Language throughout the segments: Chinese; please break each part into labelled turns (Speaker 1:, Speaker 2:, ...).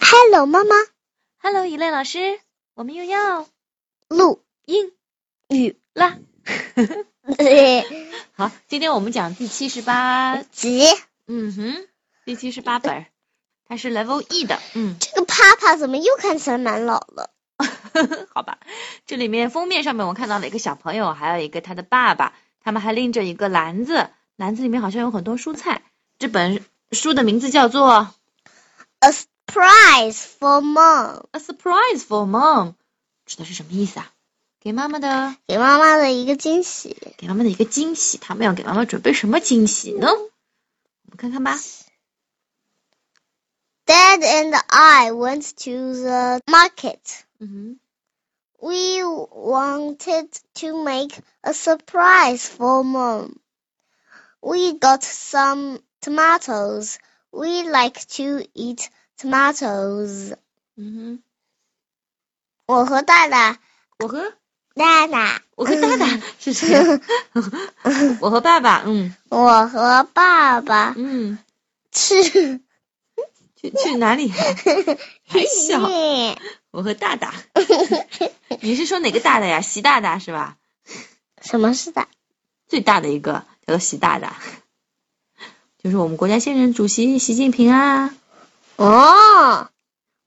Speaker 1: Hello，妈妈。
Speaker 2: Hello，一类老师，我们又要
Speaker 1: 录
Speaker 2: 英
Speaker 1: 语
Speaker 2: 啦。
Speaker 1: 子
Speaker 2: 好，今天我们讲第七十八，嗯哼，第七十八本儿，它是 Level E 的，嗯，
Speaker 1: 这个帕帕怎么又看起来蛮老了？
Speaker 2: 好吧。这里面封面上面我看到了一个小朋友，还有一个他的爸爸，他们还拎着一个篮子，篮子里面好像有很多蔬菜。这本书的名字叫做
Speaker 1: A surprise for mom，
Speaker 2: 《A Surprise for Mom》，指的是什么意思啊？给妈妈的，
Speaker 1: 给妈妈的一个惊喜。
Speaker 2: 给妈妈的一个惊喜。他们要给妈妈准备什么惊喜呢？我们看看吧。
Speaker 1: Dad and I went to the market.
Speaker 2: 嗯哼。
Speaker 1: We wanted to make a surprise for mom. We got some tomatoes. We like to eat tomatoes.
Speaker 2: 嗯
Speaker 1: 我和大大，
Speaker 2: 哼，我和
Speaker 1: 大大，
Speaker 2: 我和大大是谁啊？我和爸爸，嗯
Speaker 1: 我和爸爸
Speaker 2: 嗯，
Speaker 1: 吃
Speaker 2: 去去哪里、啊？还笑？
Speaker 1: 面，
Speaker 2: 我和大大，你是说哪个大大呀？习大大是吧？
Speaker 1: 什么是的？
Speaker 2: 最大的一个叫做习大大，就是我们国家现任主席习近平啊，
Speaker 1: 哦，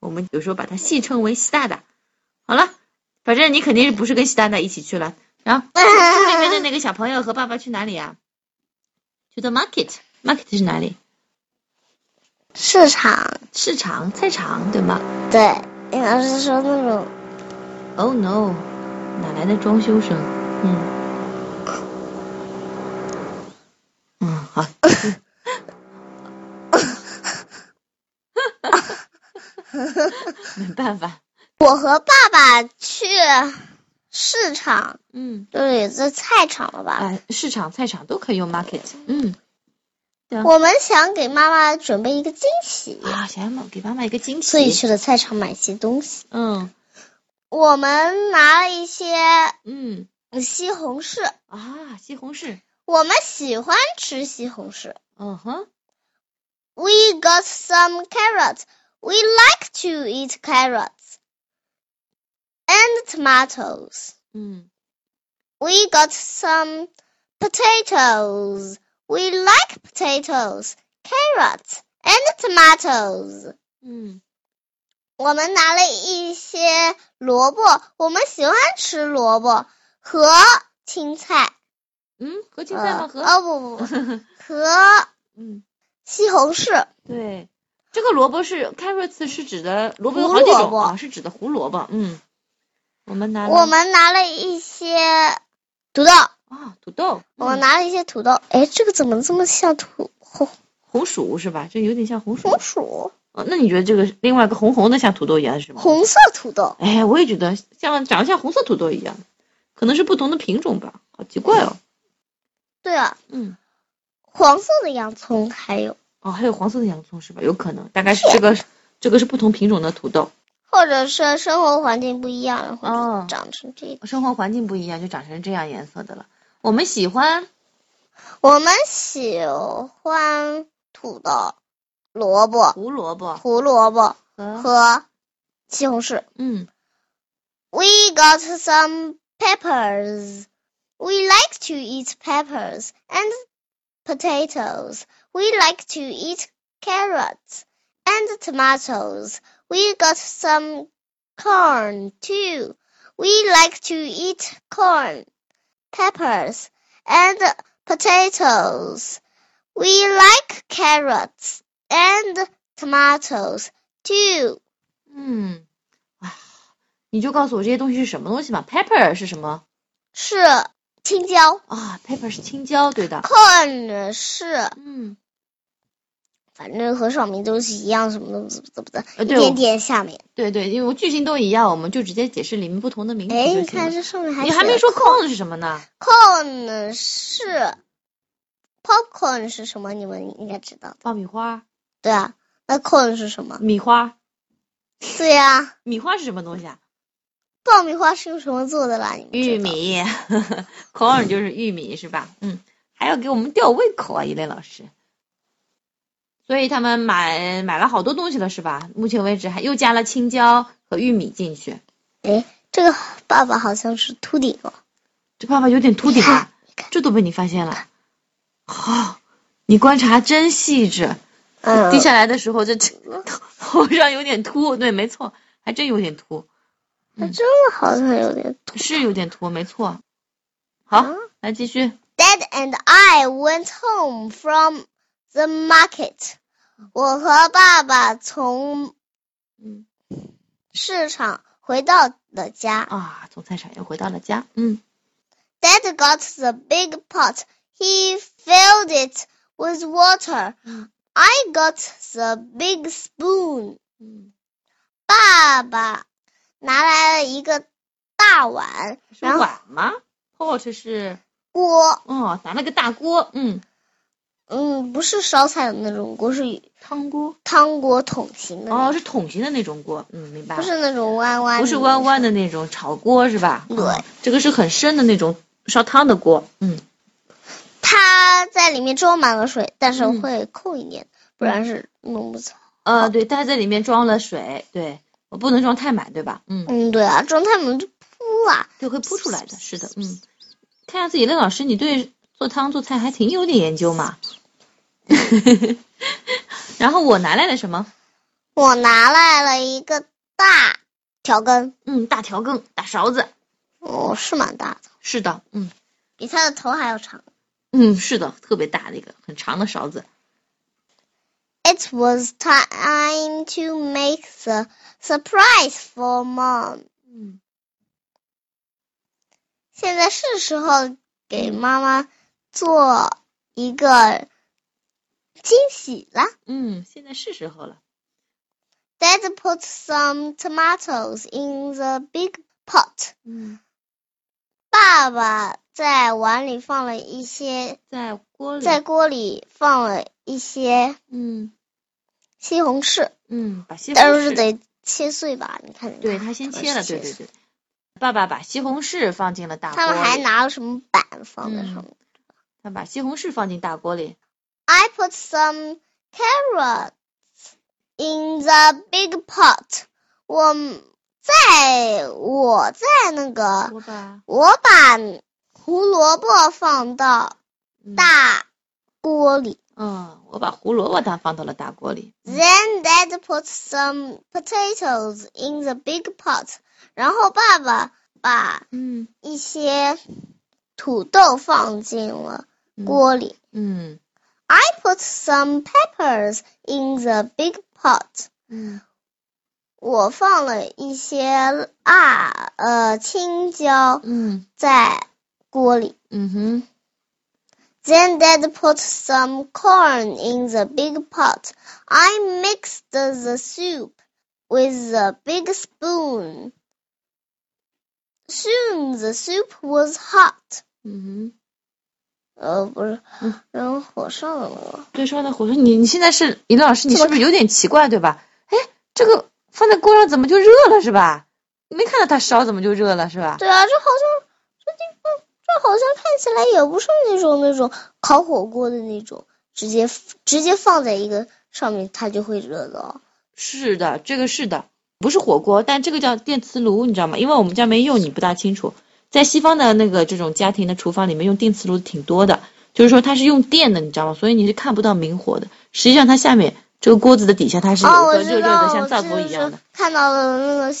Speaker 2: 我们有时候把他戏称为习大大。好了，反正你肯定是不是跟习大大一起去了。然后书里面的那个小朋友和爸爸去哪里啊？去的 market，market 是哪里？
Speaker 1: 市场
Speaker 2: 市场菜场对吗
Speaker 1: 对，你要是说那种
Speaker 2: ？Oh no，哪来的装修声？嗯，嗯，好。没办法，
Speaker 1: 我和爸爸去市场，
Speaker 2: 嗯，
Speaker 1: 对，也是菜场了吧？
Speaker 2: 哎，市场菜场都可以用 market，嗯，啊
Speaker 1: 我们想给妈妈准备一个惊喜，
Speaker 2: 啊，想要妈给妈妈一个惊
Speaker 1: 所以
Speaker 2: 喜，
Speaker 1: 去了菜场买些东西。
Speaker 2: 嗯
Speaker 1: 我们拿了一些
Speaker 2: 嗯，
Speaker 1: 西红柿，
Speaker 2: 啊，西红柿，
Speaker 1: 我们喜欢吃西红柿。
Speaker 2: 嗯哼，
Speaker 1: We got some carrots. We like to eat carrots. And tomatoes.
Speaker 2: 嗯
Speaker 1: We got some potatoes. We like potatoes, carrots, and tomatoes.
Speaker 2: 嗯
Speaker 1: 我们拿了一些萝卜，我们喜欢吃萝卜和青菜。
Speaker 2: 嗯，和青菜吗？
Speaker 1: 呃
Speaker 2: 和，
Speaker 1: 哦不不不， 和
Speaker 2: 嗯。
Speaker 1: 西红柿。
Speaker 2: 对，这个萝卜是 carrots 是指的萝卜有
Speaker 1: 胡
Speaker 2: 好几
Speaker 1: 萝卜
Speaker 2: 种啊，是指的胡萝卜。嗯，我们拿
Speaker 1: 我
Speaker 2: 了
Speaker 1: 们拿了一些土豆。
Speaker 2: 啊土豆，
Speaker 1: 我
Speaker 2: 嗯
Speaker 1: 拿了一些土豆，哎，这个怎么这么像土红
Speaker 2: 红薯是吧？这有点像红薯
Speaker 1: 红。薯？
Speaker 2: 哦那你觉得这个是另外一个红红的像土豆一样是吗？
Speaker 1: 红色土豆，
Speaker 2: 哎，我也觉得像长得像红色土豆一样，可能是不同的品种吧，好奇怪哦。
Speaker 1: 对了，
Speaker 2: 嗯，
Speaker 1: 黄色的洋葱还有，
Speaker 2: 哦，还有黄色的洋葱是吧？有可能，大概是这个这个是不同品种的土豆，
Speaker 1: 或者是生活环境不一样，然后
Speaker 2: 哦
Speaker 1: 就长成这个。
Speaker 2: 生活环境不一样就长成这样颜色的了。我们喜欢
Speaker 1: 我们喜欢土豆、萝卜、
Speaker 2: 胡萝卜
Speaker 1: 胡萝卜
Speaker 2: 和
Speaker 1: 和西红柿。
Speaker 2: 嗯
Speaker 1: We got some peppers. We like to eat peppers and potatoes. We like to eat carrots and tomatoes. We got some corn too. We like to eat corn, peppers, and potatoes. We like carrots and tomatoes too.
Speaker 2: 嗯，啊，你就告诉我这些东西是什么东西吧。Pepper 是什么
Speaker 1: 是青椒
Speaker 2: 啊？Pepper 是青椒，对的。
Speaker 1: ，corn 是。
Speaker 2: 嗯，
Speaker 1: 反正和上面都是一样，什么都怎么怎么的，
Speaker 2: 呃，
Speaker 1: 一
Speaker 2: 对，我
Speaker 1: 点点下面。
Speaker 2: 对对，因为我句型都一样，我们就直接解释里面不同的名词
Speaker 1: 哎，
Speaker 2: 就
Speaker 1: 你
Speaker 2: 行
Speaker 1: 看
Speaker 2: 了。
Speaker 1: 这上面还
Speaker 2: 你还没
Speaker 1: 写
Speaker 2: 说 corn 是什么呢？
Speaker 1: corn 是 popcorn 是什么？你们应该知道的。
Speaker 2: 爆米花、
Speaker 1: 对啊，那 corn 是什么？
Speaker 2: 米花、
Speaker 1: 对呀、啊，
Speaker 2: 米花是什么东西啊？
Speaker 1: 爆米花是用什么做的啦？你们
Speaker 2: 玉
Speaker 1: 知道
Speaker 2: 米，corn 就是玉米是吧？嗯，还要给我们吊胃口啊，一类老师。所以他们买买了好多东西了，是吧？目前为止还又加了青椒和玉米进去。
Speaker 1: 哎，这个爸爸好像是秃顶哦了。
Speaker 2: 这爸爸有点秃顶啊，这都被你发现了。好、你观察真细致。
Speaker 1: 嗯，
Speaker 2: 低下来的时候，这这头上有点秃，对，没错，还真有点秃，
Speaker 1: 它真的好像有点秃。
Speaker 2: 是有点秃，没错。好，
Speaker 1: 嗯
Speaker 2: 来继续。
Speaker 1: Dad and I went home from the market。我和爸爸从
Speaker 2: 嗯
Speaker 1: 市场回到了家。
Speaker 2: 啊，从菜场又回到了家。嗯
Speaker 1: Dad got the big pot. He filled it with water. I got the big spoon.
Speaker 2: 嗯，
Speaker 1: 爸爸拿来了一个大碗
Speaker 2: 是
Speaker 1: 然后
Speaker 2: 碗吗？pot 是
Speaker 1: 锅，
Speaker 2: 哦，拿了个大锅，嗯，
Speaker 1: 嗯，不是烧菜的那种锅，是
Speaker 2: 汤锅。
Speaker 1: 汤锅桶型的那种，
Speaker 2: 哦，是桶形的那种锅，嗯，明白了。
Speaker 1: 不是那种弯弯的，
Speaker 2: 不是弯弯的那种炒锅是吧？
Speaker 1: 对
Speaker 2: 哦这个是很深的那种烧汤的锅。嗯，
Speaker 1: 它在里面装满了水，但是
Speaker 2: 嗯
Speaker 1: 会扣一点，不然是弄不走。
Speaker 2: 呃，对，它在里面装了水，对，我不能装太满，对吧？嗯，
Speaker 1: 嗯，对啊，装太满就扑啊。
Speaker 2: 就会扑出来的。是的， 嗯，看样子野乐老师，你对做汤做菜还挺有点研究 嘛。然后我拿来了什么？
Speaker 1: 我拿来了一个大调羹，
Speaker 2: 嗯，大调羹，大勺子。
Speaker 1: 哦，是蛮大的，
Speaker 2: 是的，嗯
Speaker 1: 比他的头还要长。
Speaker 2: 嗯，是的，特别大的一个很长的勺子。
Speaker 1: It was time to make the surprise for mom。
Speaker 2: 嗯，
Speaker 1: 现在是时候给妈妈做一个惊喜了。
Speaker 2: 嗯，现在是时候了。
Speaker 1: Dad put some tomatoes in the big pot。
Speaker 2: 嗯，
Speaker 1: 爸爸在碗里放了一些，
Speaker 2: 在锅里。
Speaker 1: 在锅里放了一些
Speaker 2: 嗯。
Speaker 1: 西红柿，
Speaker 2: 嗯，把西红
Speaker 1: 但是
Speaker 2: 柿，
Speaker 1: 得切碎吧？你看，
Speaker 2: 对他先切了，对对
Speaker 1: 对。
Speaker 2: 对。爸爸把西红柿放进了大锅
Speaker 1: 他们还
Speaker 2: 里，
Speaker 1: 拿了什么板放在上面、
Speaker 2: 他把西红柿放进大锅里。
Speaker 1: i put some carrots in the big pot。我在我在那个，
Speaker 2: 锅巴，
Speaker 1: 我把胡萝卜放到
Speaker 2: 嗯
Speaker 1: 大锅里。
Speaker 2: 嗯，我把胡萝卜它放到了大锅里。
Speaker 1: Then Dad put some potatoes in the big pot。然后爸爸把
Speaker 2: 嗯，
Speaker 1: 一些土豆放进了
Speaker 2: 嗯，
Speaker 1: 锅里。
Speaker 2: 嗯
Speaker 1: I put some peppers in the big pot。
Speaker 2: 嗯
Speaker 1: 我放了一些辣呃青椒
Speaker 2: 嗯
Speaker 1: 在锅里。
Speaker 2: 嗯哼，
Speaker 1: Then Dad put some corn in the big pot. I mixed the soup with the big spoon. Soon the soup was hot.
Speaker 2: 嗯
Speaker 1: 呃，不是
Speaker 2: 嗯，
Speaker 1: 然后火上了
Speaker 2: 哼，。对，说的火说你你现在是尹乐老师，你
Speaker 1: 这个
Speaker 2: 是不是有点奇怪对吧？哎，这个放在锅上怎么就热了是吧？没看到它烧怎么就热了是吧？
Speaker 1: 对啊，这好像这地方，这好像看起来也不是那种那种烤火锅的那种，直接直接放在一个上面它就会热的哦。
Speaker 2: 是的，这个是的，不是火锅，但这个叫电磁炉，你知道吗？因为我们家没用，你不大清楚。在西方的那个这种家庭的厨房里面，用电磁炉挺多的，就是说它是用电的，你知道吗？所以你是看不到明火的。实际上，它下面这个锅子的底下，它是有
Speaker 1: 哦，
Speaker 2: 一
Speaker 1: 我
Speaker 2: 个热
Speaker 1: 知
Speaker 2: 热
Speaker 1: 道，
Speaker 2: 的，
Speaker 1: 我
Speaker 2: 像灶
Speaker 1: 这
Speaker 2: 头
Speaker 1: 就
Speaker 2: 一
Speaker 1: 是
Speaker 2: 样的。
Speaker 1: 看到了那个，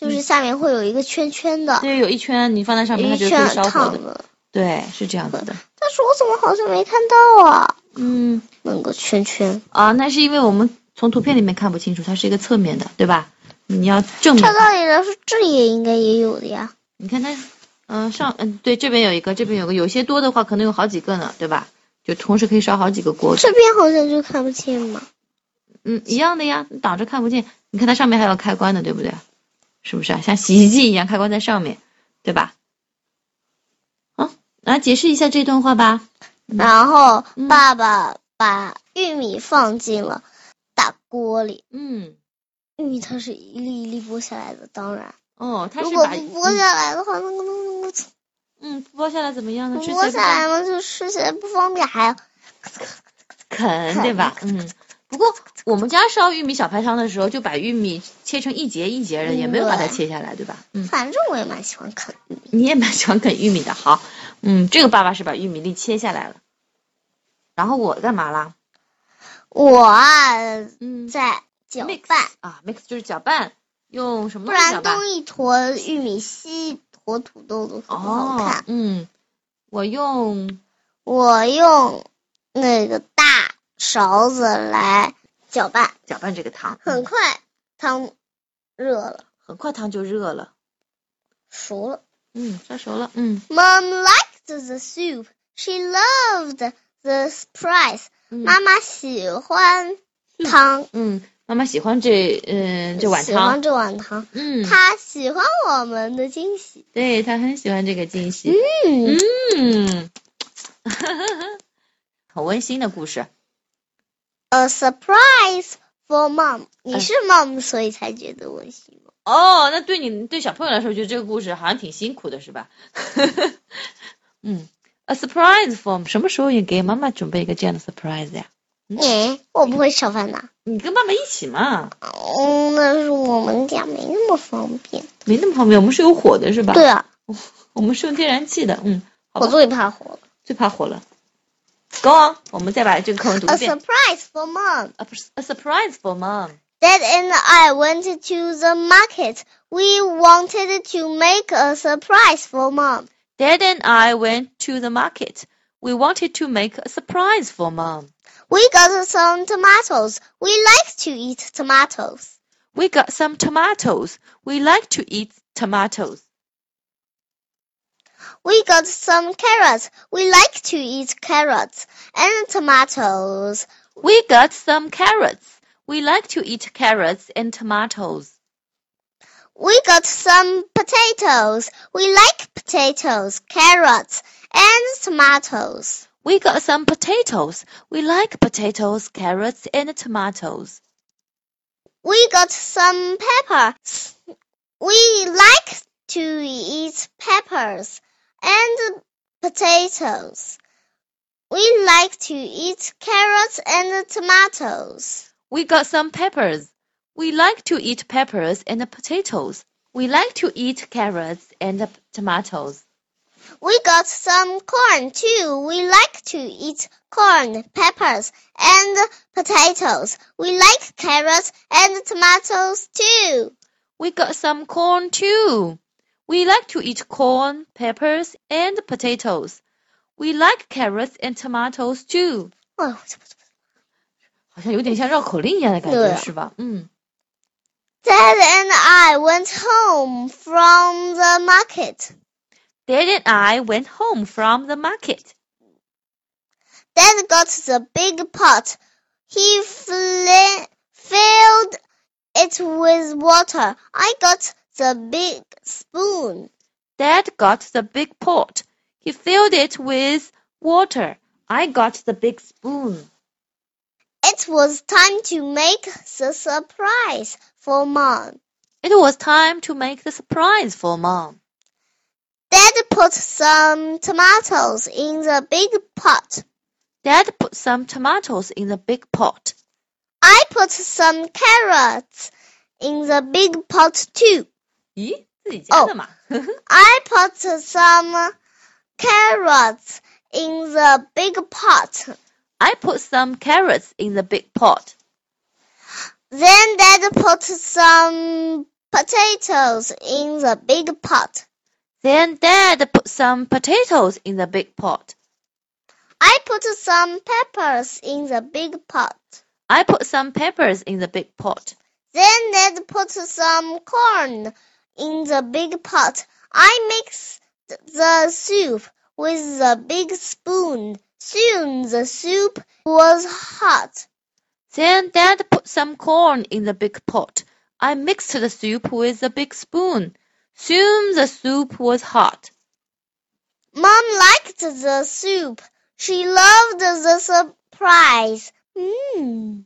Speaker 1: 就是下面会有一个圈圈的，
Speaker 2: 对，有一圈你放在上面，它
Speaker 1: 一
Speaker 2: 就
Speaker 1: 圈
Speaker 2: 会烧火
Speaker 1: 烫
Speaker 2: 的。
Speaker 1: 的。
Speaker 2: 对，是这样子的。
Speaker 1: 但是我怎么好像没看到啊？
Speaker 2: 嗯，
Speaker 1: 那个圈圈，
Speaker 2: 啊，那是因为我们从图片里面看不清楚，它是一个侧面的，对吧？你要正面
Speaker 1: 照
Speaker 2: 看。
Speaker 1: 道理来说，这里也应该也有的呀。
Speaker 2: 你看它，嗯、上，嗯，对，这边有一个，这边有个，有些多的话可能有好几个呢，对吧？就同时可以烧好几个锅子。
Speaker 1: 这边好像就看不见嘛。
Speaker 2: 嗯，一样的呀，你挡着看不见。你看它上面还有开关的，对不对？是不是啊？像洗衣机一样，开关在上面，对吧？啊，来解释一下这段话吧。
Speaker 1: 然后
Speaker 2: 嗯
Speaker 1: 爸爸把玉米放进了大锅里，
Speaker 2: 嗯，
Speaker 1: 玉米它是一粒一粒剥下来的，当然，
Speaker 2: 哦，它
Speaker 1: 如
Speaker 2: 是
Speaker 1: 果
Speaker 2: 把
Speaker 1: 不剥下来的话，那个那个
Speaker 2: 嗯剥下来怎么样呢？
Speaker 1: 不
Speaker 2: 吃起
Speaker 1: 剥
Speaker 2: 来
Speaker 1: 下来嘛，就吃起来不方便，还要
Speaker 2: 啃，对吧？嗯，不不过我们家烧玉米小排肠的时候，就把玉米切成一节一节的，也没有把它切下来，对吧？嗯，
Speaker 1: 反正我也蛮喜欢啃。
Speaker 2: 你也蛮喜欢啃玉米的。好，嗯，这个爸爸是把玉米粒切下来了。然后我干嘛啦？
Speaker 1: 我啊
Speaker 2: 嗯，
Speaker 1: 在搅
Speaker 2: Mix
Speaker 1: 拌，
Speaker 2: 啊，mix 就是搅拌，用什么
Speaker 1: 不
Speaker 2: 东西搅
Speaker 1: 然
Speaker 2: 拌？
Speaker 1: 东一坨玉米，西一坨土豆都很不好
Speaker 2: 哦
Speaker 1: 看。，
Speaker 2: 嗯，我用
Speaker 1: 我用那个大勺子来搅拌，
Speaker 2: 搅拌这个汤，
Speaker 1: 很
Speaker 2: 嗯
Speaker 1: 快汤热了，
Speaker 2: 很快汤就热了。
Speaker 1: 熟了。
Speaker 2: 嗯，烧熟了。嗯
Speaker 1: Mom liked the soup. She loved the spice.
Speaker 2: 嗯
Speaker 1: 妈妈喜欢汤，
Speaker 2: 嗯，妈妈喜欢这嗯这碗
Speaker 1: 喜欢
Speaker 2: 汤。
Speaker 1: 这碗汤。
Speaker 2: 嗯，
Speaker 1: 她喜欢我们的惊喜。
Speaker 2: 对她很喜欢这个惊喜。
Speaker 1: 嗯，
Speaker 2: 嗯， 很嗯温馨的故事。
Speaker 1: A surprise for mom。你
Speaker 2: 哎
Speaker 1: 是 mom，所以才觉得温馨吗？
Speaker 2: 哦，那对你对小朋友来说，觉得这个故事好像挺辛苦的，是吧？ 嗯，a surprise form，什么时候也给妈妈准备一个这样的 surprise 呀？
Speaker 1: 诶，哎我不会炒饭的。
Speaker 2: 你跟爸爸一起嘛，
Speaker 1: 嗯，那是我们家没那么方便。
Speaker 2: 没那么方便。我们是有火的，是吧？
Speaker 1: 对，啊，
Speaker 2: 我们是用天然气的。嗯，好
Speaker 1: 我
Speaker 2: 吧，
Speaker 1: 最怕火了。
Speaker 2: 最怕火了。Go on，我们再把这个课文读
Speaker 1: A
Speaker 2: 一遍。
Speaker 1: surprise for mom.
Speaker 2: A, a surprise for mom.
Speaker 1: Dad and I went to the market. We wanted to make a surprise for mom.
Speaker 2: Dad and I went to the market. We wanted to make a surprise for mom.
Speaker 1: We got some tomatoes. We like to eat tomatoes.
Speaker 2: We got some tomatoes. We like to eat tomatoes.
Speaker 1: We got some carrots. We like to eat carrots and tomatoes.
Speaker 2: We got some carrots. We like to eat carrots and tomatoes.
Speaker 1: We got some potatoes. We like potatoes, carrots, and tomatoes.
Speaker 2: We got some potatoes. We like potatoes, carrots, and tomatoes.
Speaker 1: We got some peppers. We like to eat peppers and potatoes. We like to eat carrots and tomatoes.
Speaker 2: We got some peppers. We like to eat peppers and potatoes. We like to eat carrots and tomatoes.
Speaker 1: We got some corn too. We like to eat corn, peppers, and potatoes. We like carrots and tomatoes too.
Speaker 2: We got some corn too. We like to eat corn, peppers, and potatoes. We like carrots and tomatoes too.
Speaker 1: 哦，
Speaker 2: 好像有点像绕口令一样的感
Speaker 1: 对
Speaker 2: 觉，
Speaker 1: 啊
Speaker 2: 是吧？嗯
Speaker 1: Dad and I went home from the market.
Speaker 2: Dad and I went home from the market.
Speaker 1: Dad got the big pot. He fli- filled it with water. I got the big spoon.
Speaker 2: Dad got the big pot. He filled it with water. I got the big spoon.
Speaker 1: It was time to make the surprise for Mom.
Speaker 2: It was time to make the surprise for mom.
Speaker 1: Dad put some tomatoes in the big pot.
Speaker 2: Dad put some tomatoes in the big pot.
Speaker 1: I put some carrots in the big pot too.
Speaker 2: 咦，自己加的嘛
Speaker 1: I put some carrots in the big pot.
Speaker 2: I put some carrots in the big pot.
Speaker 1: Then Dad put some potatoes in the big pot.
Speaker 2: Then Dad put some potatoes in the big pot.
Speaker 1: I put some peppers in the big pot.
Speaker 2: I put some peppers in the big pot.
Speaker 1: Then Dad put some corn in the big pot. I mixed the soup with the big spoon. Soon the soup was hot.
Speaker 2: Then Dad put some corn in the big pot. I mixed the soup with a big spoon. Soon the soup was hot.
Speaker 1: Mom liked the soup. She loved the surprise. Mmm.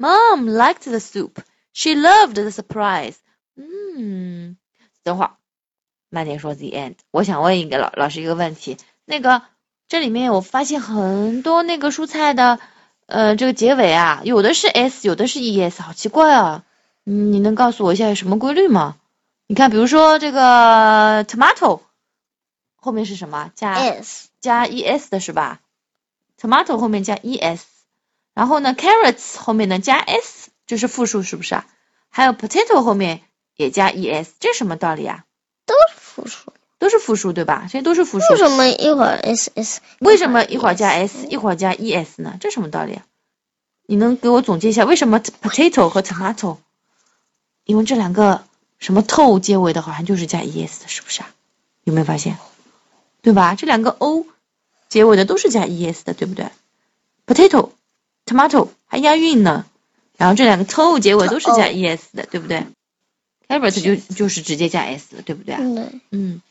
Speaker 2: Mom liked the soup. She loved the surprise. 嗯，等会儿，慢点说 the end。我想问一个老老师一个问题，那个这里面我发现很多那个蔬菜的呃，这个结尾啊，有的是 s，有的是 es，好奇怪啊。嗯，你能告诉我一下有什么规律吗？你看，比如说这个 tomato 后面是什么？加
Speaker 1: 哎 is
Speaker 2: 加 es 的是吧？tomato 后面加 es，然后呢，carrots 后面呢加 s，这是复数是不是啊？还有 potato 后面也加 es，这什么道理啊？
Speaker 1: 复数，
Speaker 2: 都是复数对吧？这些都是复数
Speaker 1: 为，什么一会儿 is is？
Speaker 2: 为什么一会儿加
Speaker 1: 嗯
Speaker 2: s，一会儿加 es 呢？这什么道理啊？你能给我总结一下为什么 potato 和 tomato，因为这两个什么 to 结尾的，好像就是加 es 的，是不是啊？有没有发现？对吧？这两个 o 结尾的都是加 es 的，对不对？potato、tomato 还押韵呢，然后这两个 to 结尾都是加
Speaker 1: To
Speaker 2: es 的，对不对？carrot 就就是直接加 s 的，对不对啊？
Speaker 1: 嗯，
Speaker 2: 嗯，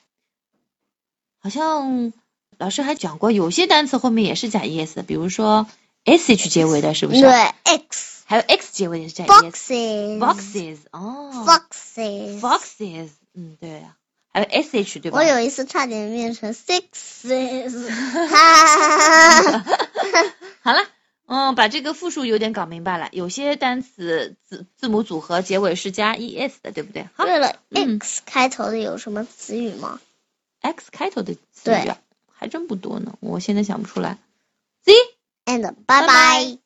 Speaker 2: 好像老师还讲过，有些单词后面也是加 es 的，比如说 sh 结尾的，是不
Speaker 1: 对
Speaker 2: 是？
Speaker 1: ，x
Speaker 2: 还有 x 结尾也是加 es。
Speaker 1: boxes
Speaker 2: boxes 哦
Speaker 1: foxes。
Speaker 2: ，foxes，嗯，对啊，还有 sh 对吧
Speaker 1: 我？有一次差点变成 sixes，哈哈哈！
Speaker 2: 好了，嗯，把这个复数有点搞明白了。有些单词字字母组合结尾是加 es 的，对不对？好
Speaker 1: 为了
Speaker 2: 嗯
Speaker 1: x 开头的有什么词语吗？
Speaker 2: ，x 开头的词语啊还真不多呢，我现在想不出来。Z。
Speaker 1: and
Speaker 2: 拜
Speaker 1: 拜
Speaker 2: 拜
Speaker 1: 拜。